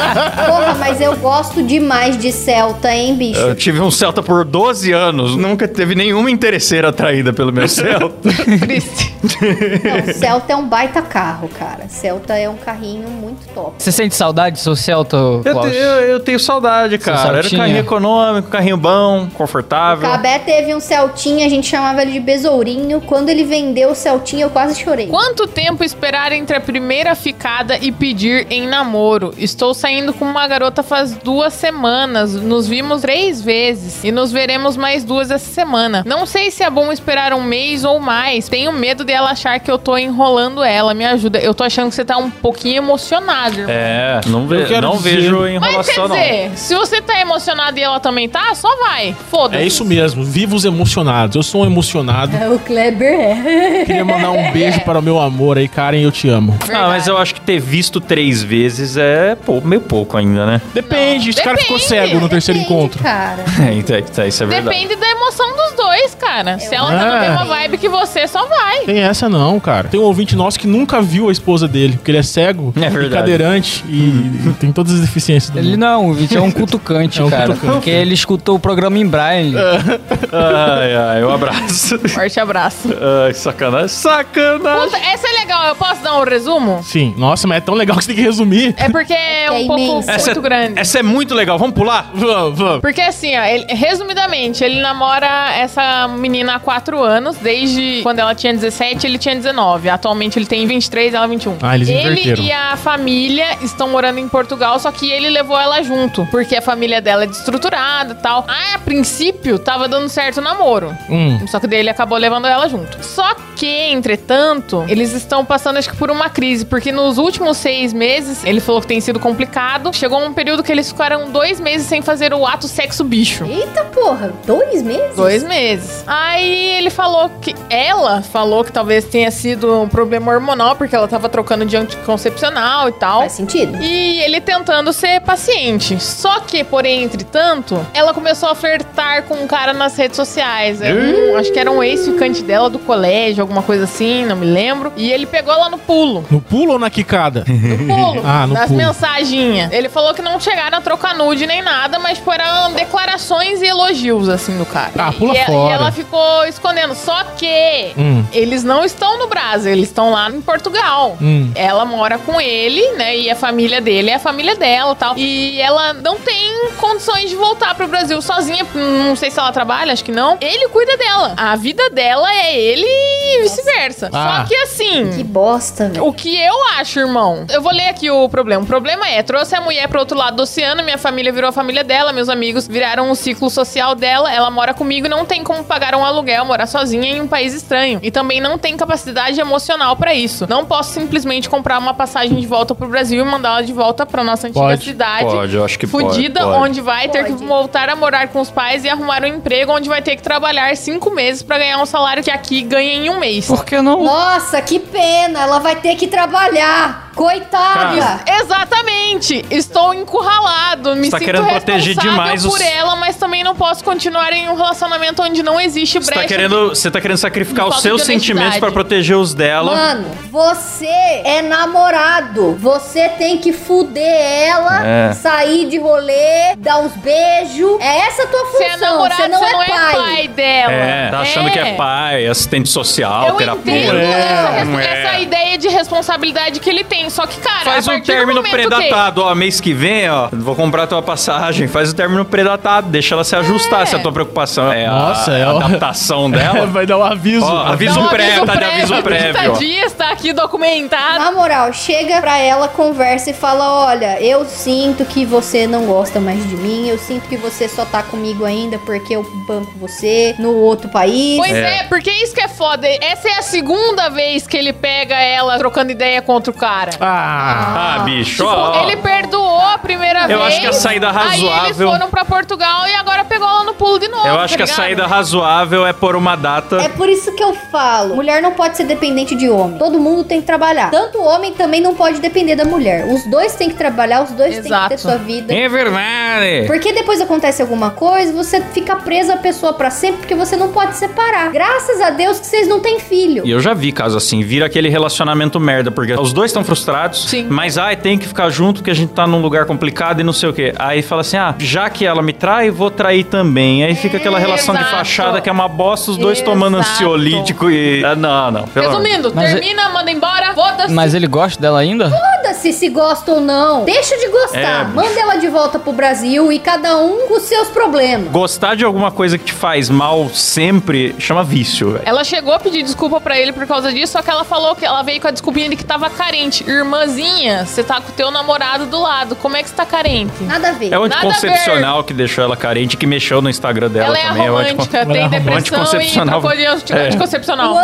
E: Porra, mas eu gosto demais de Celta, hein, bicho?
A: eu tive um Celta por 12 anos. Nunca teve nenhuma interesseira atraída pelo meu Celta.
C: Triste.
E: Não, Celta é um baita carro, cara. Celta é um carrinho muito top.
B: Você sente saudade do seu Celta,
A: eu,
B: Klaus?
A: te- eu- eu tenho saudade, cara. Era um
B: Celtinha.
A: carrinho econômico, carrinho bom, confortável.
E: Cabé teve um Celtinha, a gente chamava ele de besourinho. Quando ele vendeu o Celtinha, eu quase chorei.
C: Quanto tempo esperar entre a primeira ficada e pedir em namoro? Estou saindo com uma garota faz duas semanas. Nos vimos três vezes e nos veremos mais duas essa semana. Não sei se é bom esperar um mês ou mais. Tenho medo dela achar que eu tô enrolando ela. Me ajuda. Eu tô achando que você tá um pouquinho emocionado, irmão.
A: É, não, ve-
D: Eu quero
A: não
D: dizer-
A: vejo
C: Mas quer
A: enrolação, não.
C: dizer, se você tá emocionado e ela também tá, só vai. Foda-se.
D: É isso mesmo, vivos emocionados. Eu sou um emocionado.
E: O Kleber é.
D: Queria mandar um beijo para o meu amor aí, Karen, eu te amo.
A: Ah, mas eu acho que ter visto três vezes é pou- meio pouco ainda, né?
D: Depende, esse cara ficou
C: Depende.
D: cego no terceiro encontro.
E: é Cara.
A: É, então, então, isso é verdade.
C: Depende da emoção dos dois, cara. Se ela tá na
D: Ah.
C: mesma vibe que você, só vai.
D: Tem essa não, cara. Tem um ouvinte nosso que nunca viu a esposa dele, porque ele é cego,
A: É
D: e
A: verdade.
D: cadeirante e, e tem todas as deficiências do
B: Ele
D: mundo.
B: não é um vídeo, é um cutucante,
D: É um
B: cara.
D: cutucante.
B: Porque ele escutou o programa em Braille.
A: É. Ai, ai, um abraço.
C: Forte abraço.
A: Ai, que sacanagem. Sacanagem.
C: Puta, essa é legal. Eu posso dar um resumo?
D: Sim, nossa, mas é tão legal que você tem que resumir.
C: É porque é um
E: É
C: pouco
E: imenso.
A: Essa
C: muito
A: é,
C: grande.
A: Essa é muito legal. Vamos pular?
D: Vamos, vamos.
C: Porque assim, ó, ele- resumidamente, ele namora essa menina há 4 anos, desde quando ela tinha 17, ele tinha 19. Atualmente ele tem 23, ela 21.
D: Ah, eles
C: ele
D: inverteram.
C: e a família estão morando em Portugal, só que ele levou ela junto, porque a família dela é destruturada e tal. Ah, a princípio, tava dando certo o namoro.
D: Hum.
C: Só que daí ele acabou levando ela junto. Só que, entretanto, eles estão passando, acho que, por uma crise, porque nos últimos seis meses, ele falou que tem sido complicado. Chegou um período que eles ficaram dois meses sem fazer o ato sexo bicho.
E: Eita porra, dois meses?
C: Dois meses. Aí ele falou que. Ela falou que talvez tenha sido um problema hormonal, porque ela tava trocando de anticoncepcional e tal.
E: Faz sentido?
C: E ele tentando ser paciente. Só que, porém, entretanto, ela começou a flertar com um cara nas redes sociais. Era um- acho que era um ex-ficante dela do colégio, alguma coisa assim, não me lembro. E ele pegou ela no pulo.
D: No pulo ou na quicada?
C: No pulo.
D: Ah, no
C: das
D: pulo.
C: mensaginhas. Ele falou que não chegaram a trocar nude nem nada, mas tipo, eram declarações e elogios, assim, do cara.
D: Ah,
C: e,
D: pula
C: e
D: fora.
C: ela ficou escondendo. Só que
D: Hum.
C: eles não estão no Brasil, eles estão lá em Portugal.
D: Hum.
C: Ela mora com ele, né? E a família dele é a família dela e tal. E ela não tem condições de voltar pro Brasil sozinha. Não sei se ela trabalha, acho que não. Ele cuida dela. A vida dela é ele e vice-versa.
D: Ah.
C: Só que assim.
E: Que bosta, velho.
C: O que eu acho, irmão? Eu vou ler aqui o problema. O problema é, trouxe a mulher pro outro lado do oceano, minha família virou a família dela, meus amigos viraram o ciclo social dela, ela mora comigo, não tem como pagar um aluguel, morar sozinha em um país estranho. E também não tem capacidade emocional pra isso. Não posso simplesmente comprar uma passagem de volta pro Brasil e mandá-la de volta pra nossa antiga
D: Pode,
C: cidade.
A: pode, eu acho que pode,
C: Fudida,
A: pode.
C: onde vai ter que
E: Pode.
C: voltar a morar com os pais e arrumar um emprego onde vai ter que trabalhar cinco meses pra ganhar um salário que aqui ganha em um mês.
B: Por que não?
E: Nossa, que pena, ela vai ter que trabalhar. Coitada!
C: Exatamente! Estou encurralado, me
A: Você tá
C: sinto
A: querendo
C: responsável
A: proteger demais
C: por
A: os-
C: ela, mas também não posso continuar em um relacionamento onde não existe
A: Você
C: brecha.
A: tá querendo, você tá querendo sacrificar
C: Falta
A: os seus
C: de
A: sentimentos
C: honestidade.
A: pra proteger os dela.
E: Mano, você é namorado. Você tem que fuder ela,
A: É.
E: sair de rolê, dar uns beijos. É essa a tua função.
C: Você é namorado, você não, é, pai. dela.
A: É, tá achando que é pai, assistente social,
C: Eu
A: terapeuta.
C: entendo
D: É,
C: essa, res-
A: não é.
C: essa ideia de responsabilidade que ele tem. Só que, cara,
A: Faz
C: a
A: um
C: partir do
A: término
C: momento que-
A: predatado, ó, mês que vem, ó, vou comprar tua passagem, faz o término predatado, deixa ela se ajustar, se a tua preocupação é
D: Nossa,
A: a,
D: é,
A: a
D: ó.
A: adaptação dela.
D: Vai dar um aviso.
A: Ó, aviso
C: Não,
A: prévio, tá de aviso prévio,
C: 30
A: ó.
C: dias, tá aqui documentado.
E: Na moral, chega pra ela, conversa e fala: Olha, eu sinto que você não gosta mais de mim, eu sinto que você só tá comigo ainda porque eu banco você no outro país.
C: Pois
A: É.
C: é. porque isso que é foda. Essa é a segunda vez que ele pega ela trocando ideia contra o cara.
D: Ah,
A: Ah, bicho,
C: Tipo,
A: ó. ó.
C: ele perdoou a primeira vez.
A: Eu acho que a saída
C: Aí eles
A: razoável-
C: foram pra Portugal e agora pegou ela no pulo de novo.
A: Eu
C: tá
A: acho que a
C: ligado?
A: saída razoável é pôr uma data.
E: É por isso que eu falo, mulher não pode ser dependente de homem. Todo mundo tem que trabalhar. Tanto o homem também não pode depender da mulher. Os dois têm que trabalhar, os dois têm que
C: Exato.
E: ter sua vida.
A: É verdade.
E: Porque depois acontece alguma coisa, você fica presa à pessoa pra sempre porque você não pode separar. Graças a Deus que vocês não têm filho.
A: E eu já vi caso assim, vira aquele relacionamento merda, porque os dois estão frustrados,
C: Sim.
A: mas ai, tem que ficar junto porque a gente tá num lugar complicado e não sei o quê. Aí fala assim: "Ah, já que ela me trai, vou trair também". Aí fica aquela relação de
C: Exato.
A: fachada que é uma bosta, os dois tomando
C: Exato.
A: ansiolítico e Ah, não, não. pelo amor de
C: Resumindo,
B: Mas- é-
C: termina, manda embora, foda-se.
B: Mas é- ele gosta dela ainda?
E: Foda-se se gosta ou não. Deixa de
A: É,
E: gostar.
A: bicho.
E: Manda ela de volta pro Brasil e cada um com seus problemas.
A: Gostar de alguma coisa que te faz mal sempre chama vício, velho.
C: Ela chegou a pedir desculpa pra ele por causa disso, só que ela falou que ela veio com a desculpinha de que tava carente. Irmãzinha, você tá com o teu namorado do lado, como é que você tá carente?
E: Nada a ver.
A: É o
C: Nada a ver.
A: anticoncepcional que deixou ela carente, que mexeu no Instagram dela
C: Ela, é
A: também. é o antico-
C: romântica,
D: ela é
C: tem depressão e
A: anticoncepcional.
C: trocou de anti-
A: É.
E: O
C: anticoncepcional.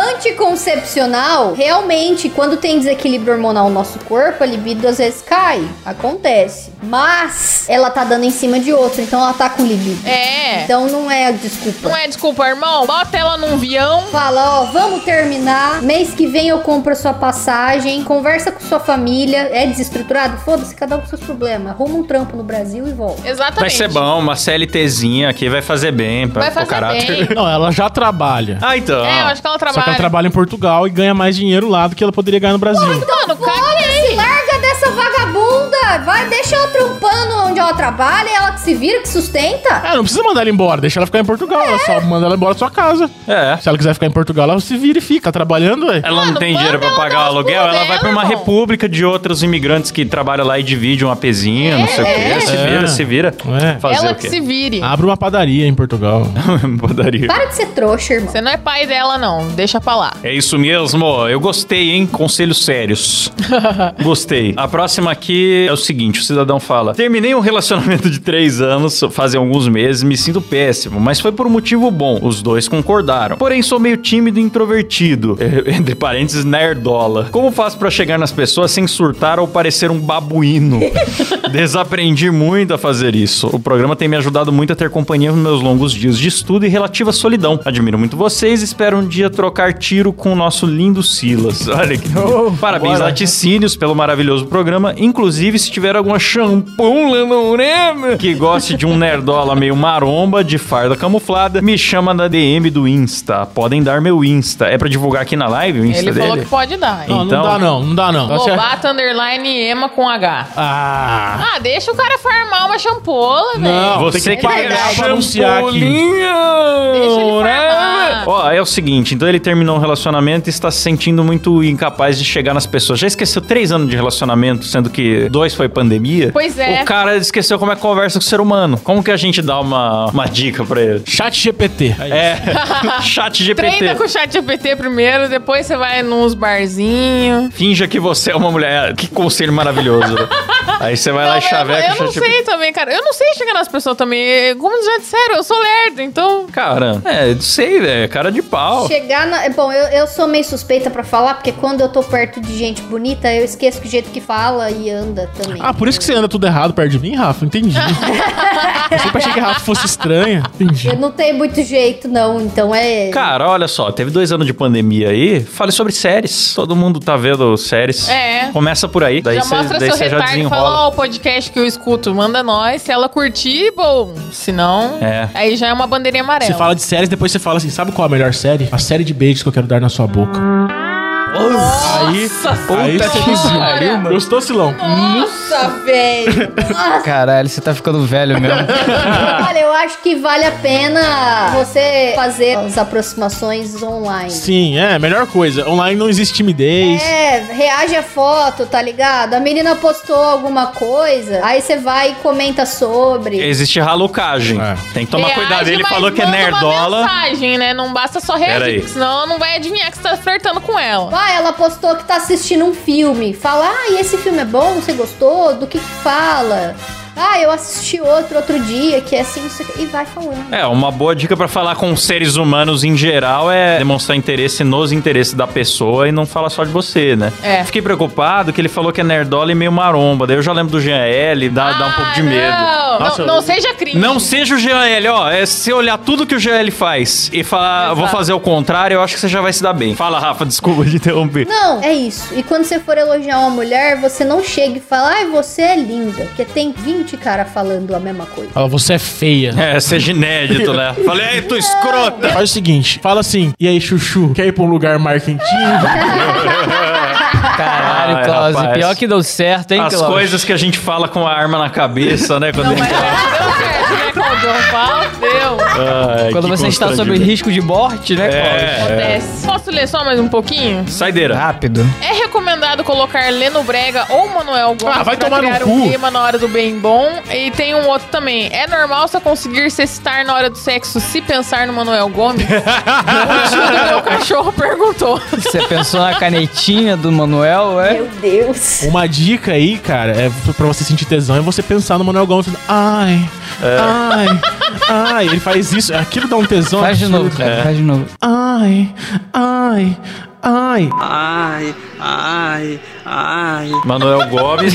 E: anticoncepcional, realmente, quando tem desequilíbrio hormonal no nosso corpo, a libido às vezes cai. Acontece. Mas ela tá dando em cima de outro, então ela tá com libido.
C: É.
E: Então não é desculpa.
C: Não é desculpa, irmão? Bota ela num avião.
E: Fala, ó, vamos terminar. Mês que vem eu compro a sua passagem. Conversa com sua família. É desestruturado? Foda-se, cada um com seus problemas. Arruma um trampo no Brasil e volta.
C: Exatamente.
A: Vai ser é bom, uma CLTzinha aqui vai fazer bem pra,
C: Vai
A: pro
C: fazer
A: caráter.
C: bem.
D: Não, ela já trabalha.
A: Ah, então.
C: É, eu acho que ela
D: Só que ela
C: trabalha.
D: trabalha em Portugal e ganha mais dinheiro lá do que ela poderia ganhar no Brasil.
C: Mano,
E: Se
C: caguei.
E: Então, larga dessa vagabunda! Vai, deixa ela trampando onde ela trabalha, ela que se vira, que sustenta.
D: Ah, não precisa mandar ela embora, deixa ela ficar em Portugal. Ela só manda ela embora da sua casa.
A: É.
D: Se ela quiser ficar em Portugal, ela se vira e fica trabalhando, ué.
A: Ela não
C: Mano,
A: tem dinheiro
C: manda
A: pra
C: ela tá
A: pagar
C: dar
A: o
C: os
A: aluguel,
C: pulos
A: ela vai pra
C: dela,
A: uma
C: irmão.
A: república de outros imigrantes que trabalham lá e dividem uma pezinha, não sei o quê. Se
D: é.
A: vira, se vira.
D: É.
A: Fazer
C: Ela
A: o
C: que
A: quê?
C: se vire.
D: Abre uma padaria em Portugal.
A: Padaria.
E: Para de ser trouxa, irmão.
C: Você não é pai dela, não. Deixa pra lá.
A: É isso mesmo, eu gostei, hein? Conselhos sérios. gostei. A próxima aqui é o seguinte: o cidadão fala: Terminei um relacionamento de três anos, fazem alguns meses, me sinto péssimo, mas foi por um motivo bom. Os dois concordaram. Porém, sou meio tímido e introvertido. Entre parênteses, nerdola. Como faço pra chegar nas pessoas sem surtar ou parecer um babuíno? Desaprendi muito a fazer isso. O programa tem me ajudado muito a ter companhia nos meus longos dias de estudo e relativa solidão. Admiro muito vocês e espero um dia trocar tiro com o nosso lindo Silas. Olha que. Parabéns,
D: bora.
A: Laticínios, pelo maravilhoso programa. Inclusive, se tiver alguma shampoo lá no Urema que goste de um nerdola meio maromba, de farda camuflada, me chama na DM do Insta. Podem dar meu Insta. É pra divulgar aqui na live o Insta
C: Ele
A: dele?
C: falou que pode dar.
D: Não,
A: Então-
D: não dá não, não dá não. Tá certo.
C: Lobato, underline, ema com H.
D: Ah.
C: Ah, deixa o cara farmar uma champola, velho.
D: Não,
A: Você
D: tem que
A: que
D: pagar pra anunciar aqui.
C: Deixa ele farmar.
A: Ó, é o seguinte, então ele terminou um relacionamento e está se sentindo muito incapaz de chegar nas pessoas. Já esqueceu três anos de relacionamento, sendo que dois foi pandemia.
C: Pois é.
A: O cara esqueceu como é que conversa com o ser humano. Como que a gente dá uma, uma dica pra ele?
D: Chat GPT.
A: É, chat
C: Treina
A: GPT.
C: com o chat GPT primeiro, depois você vai nos barzinhos.
A: Finja que você é uma mulher. Que conselho maravilhoso. né? Aí você vai lá e
C: Não, eu,
A: chaveca
C: eu
A: o
C: não
A: chat GPT.
C: sei também, cara. Eu não sei chegar nas pessoas também. Como já disseram, eu sou lerdo, então...
A: Cara, é, não sei, velho. Cara de pau.
E: Chegar na. é, Bom, eu, eu sou meio suspeita pra falar, porque quando eu tô perto de gente bonita, eu esqueço que jeito que fala e anda também.
D: Ah, por isso que você anda tudo errado perto de mim, Rafa? Entendi. Eu sempre achei que a Rafa fosse estranha. Entendi.
E: Eu não tenho muito jeito, não. Então é.
A: Cara, olha só, teve dois anos de pandemia aí. Fale sobre séries. Todo mundo tá vendo séries.
C: É.
A: Começa por aí. Daí
C: já mostra
A: você
C: seu
A: já
C: retardo e
A: desenrola.
C: fala, ó, o podcast que eu escuto, manda nós. Se ela curtir, bom. Se não,
A: É.
C: aí já é uma bandeirinha amarela.
D: Você fala de séries, depois você fala assim: sabe qual é a melhor série? A série de beijos que eu quero dar na sua boca. Aí, aí
B: puta
D: você
B: que
D: fez-
B: pariu, mano.
D: Gostou, Silão?
E: Nossa, velho!
B: Caralho, você tá ficando velho mesmo.
E: Olha, eu acho que vale a pena você fazer as aproximações online.
D: Sim, é, melhor coisa. Online não existe timidez.
E: É, reage a foto, tá ligado? A menina postou alguma coisa, aí você vai e comenta sobre.
A: Existe ralocagem.
D: É.
A: Tem que tomar
C: Reage,
A: cuidado. Ele
C: mas
A: falou que é
C: manda Uma
A: nerdola.
C: mensagem, né? Não basta só
A: Pera aí.
C: reagir, porque senão não vai adivinhar que você tá flertando com ela.
E: Ah, ela postou que tá assistindo um filme. Fala, ah, e esse filme é bom? Você gostou? Do que que fala? Ah, eu assisti outro outro dia, que é assim, não sei o que. E vai falando.
A: É, uma boa dica pra falar com seres humanos em geral é demonstrar interesse nos interesses da pessoa e não falar só de você, né?
C: É.
A: Fiquei preocupado que ele falou que é nerdola e meio maromba. Daí eu já lembro do GL, dá, dá um pouco de
C: Ah,
A: medo.
C: Não,
A: Nossa,
C: não, não seja cringe.
A: Não seja o GL, ó. É, se você olhar tudo que o GL faz e falar,
C: Exato.
A: vou fazer o contrário, eu acho que você já vai se dar bem. Fala, Rafa, desculpa de interromper.
E: Não, é isso. E quando você for elogiar uma mulher, você não chega e fala, ai, você é linda. Porque tem 20 caras falando a mesma coisa.
D: Fala, você é feia.
A: É, seja inédito, né? Falei, ei, tu escrota!
D: Faz o seguinte, fala assim, e aí, Chuchu, quer ir pra um lugar mais quentinho?
A: Ai,
B: Caralho, Klaus.
A: rapaz.
B: e Pior que deu certo, hein,
A: As
B: Klaus?
A: coisas que a gente fala com a arma na cabeça, né? Quando a gente...
C: Deu certo, né, Claudião? Fala, deu.
A: Ai,
B: Quando
A: que
B: você está sob
A: constrangimento.
B: risco de morte, né, Klaus?
A: É, é.
C: Acontece. Posso ler só mais um pouquinho?
A: Saideira.
B: Rápido.
C: É recomendado colocar Leno Brega ou Manuel Gomes
D: Ah, vai
C: pra
D: tomar no
C: criar
D: cu.
C: um clima na hora do bem bom. E tem um outro também. É normal só conseguir se excitar na hora do sexo se pensar no Manuel Gomes? o tio do meu cachorro perguntou.
B: Você pensou na canetinha do Manuel, é?
E: Meu Deus.
D: Uma dica aí, cara, é pra você sentir tesão é você pensar no Manuel Gomes. Ai, ai, ai, ele faz isso, aquilo dá um tesão.
B: Faz de
D: absurdo.
B: novo, cara. Faz de novo.
D: Ai, ai, ai.
F: Ai, ai, ai.
A: Manuel Gomes,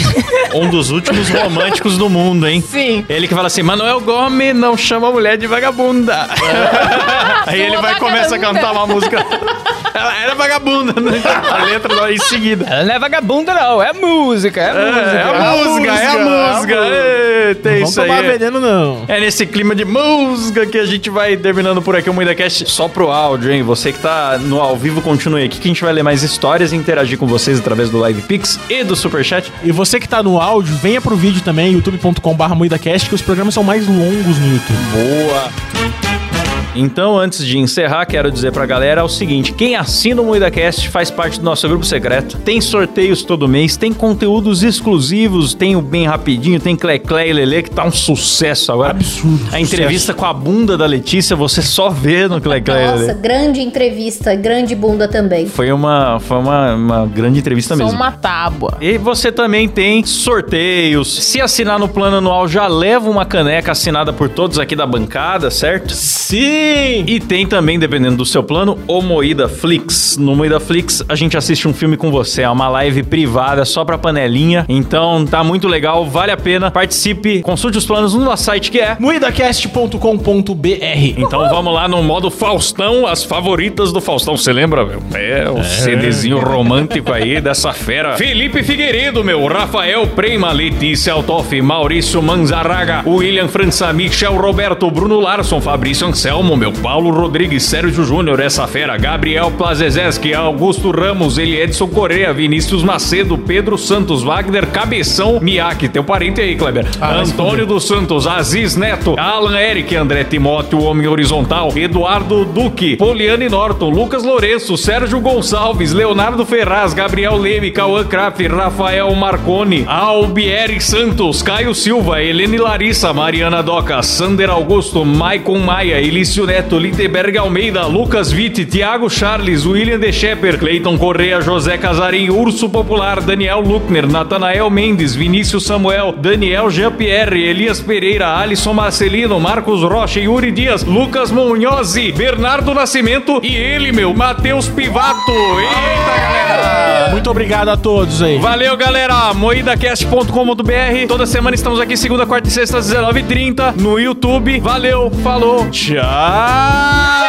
A: um dos últimos românticos do mundo, hein?
C: Sim.
A: Ele que fala assim, Manuel Gomes não chama a mulher de vagabunda. Aí ele
C: Sua
A: vai e começa a
C: vagabunda.
A: cantar uma música. Ela era vagabunda, né? A letra lá em seguida.
B: Ela não é vagabunda, não. É música, é,
A: É,
B: música.
A: a música, é a música. É, Tem
D: Vamos
A: isso aí.
D: tomar veneno, não.
A: É nesse clima de música que a gente vai terminando por aqui o MuidaCast só pro áudio, hein? Você que tá no ao vivo, continue aqui que a gente vai ler mais histórias e interagir com vocês através do Live Pix e do Superchat.
D: E você que tá no áudio, venha pro vídeo também, youtube.com.br moidacast, que os programas são mais longos no YouTube.
A: Boa! Então, antes de encerrar, quero dizer pra galera o seguinte: quem assina o MoidaCast faz parte do nosso grupo secreto. Tem sorteios todo mês, tem conteúdos exclusivos, tem o Bem Rapidinho, tem Cleclé e Lelê, que tá um sucesso agora.
D: Absurdo.
A: A entrevista com a bunda da Letícia, você só vê no Cleclé e
E: Nossa,
A: Lelê.
E: grande entrevista, grande bunda também.
A: Foi uma, foi uma, uma grande entrevista
C: Sou
A: mesmo.
C: uma tábua.
A: E você também tem sorteios. Se assinar no plano anual, já leva uma caneca assinada por todos aqui da bancada, certo?
D: Sim!
A: E tem também, dependendo do seu plano, o Moída Flix. No Moída Flix, a gente assiste um filme com você. É uma live privada só pra panelinha. Então tá muito legal, vale a pena. Participe, consulte os planos no nosso site que é.
D: moidacast.com.br
A: Então vamos lá no modo Faustão, as favoritas do Faustão. Você lembra, meu? É, o CDzinho romântico aí dessa fera. Felipe Figueiredo, meu. Rafael Prema, Letícia Altoff, Maurício Manzarraga, William França, Michel Roberto, Bruno Larson, Fabrício Anselmo, meu. Paulo Rodrigues, Sérgio Júnior, essa fera. Gabriel Plazezeski, Augusto Ramos, ele Edson Correa, Vinícius Macedo, Pedro Santos, Wagner Cabeção, Miaki, teu parente aí, Kleber. Antônio dos Santos, Aziz Neto, Alan Eric, André Timóteo, Homem Horizontal, Eduardo Duque, Poliane Norton, Lucas Lourenço, Sérgio Gonçalves, Leonardo Ferraz, Gabriel Leme, Cauã Kraft, Rafael Marconi, Albieri Santos, Caio Silva, Helene Larissa, Mariana Doca, Sander Augusto, Maicon Maia, Elício Maurício Neto, Lindenberg Almeida, Lucas Witt, Thiago Charles, William De Shepper, Cleiton Correa, José Casarim, Urso Popular, Daniel Luckner, Natanael Mendes, Vinícius Samuel, Daniel Jean-Pierre, Elias Pereira, Alisson Marcelino, Marcos Rocha, Yuri Dias, Lucas Munhozzi, Bernardo Nascimento e ele, meu, Matheus Pivato. Eita, galera!
D: Muito obrigado a todos aí.
A: Valeu, galera! moidacast.com.br Toda semana estamos aqui, segunda, quarta e sexta, às 19h30, no YouTube. Valeu, falou, tchau!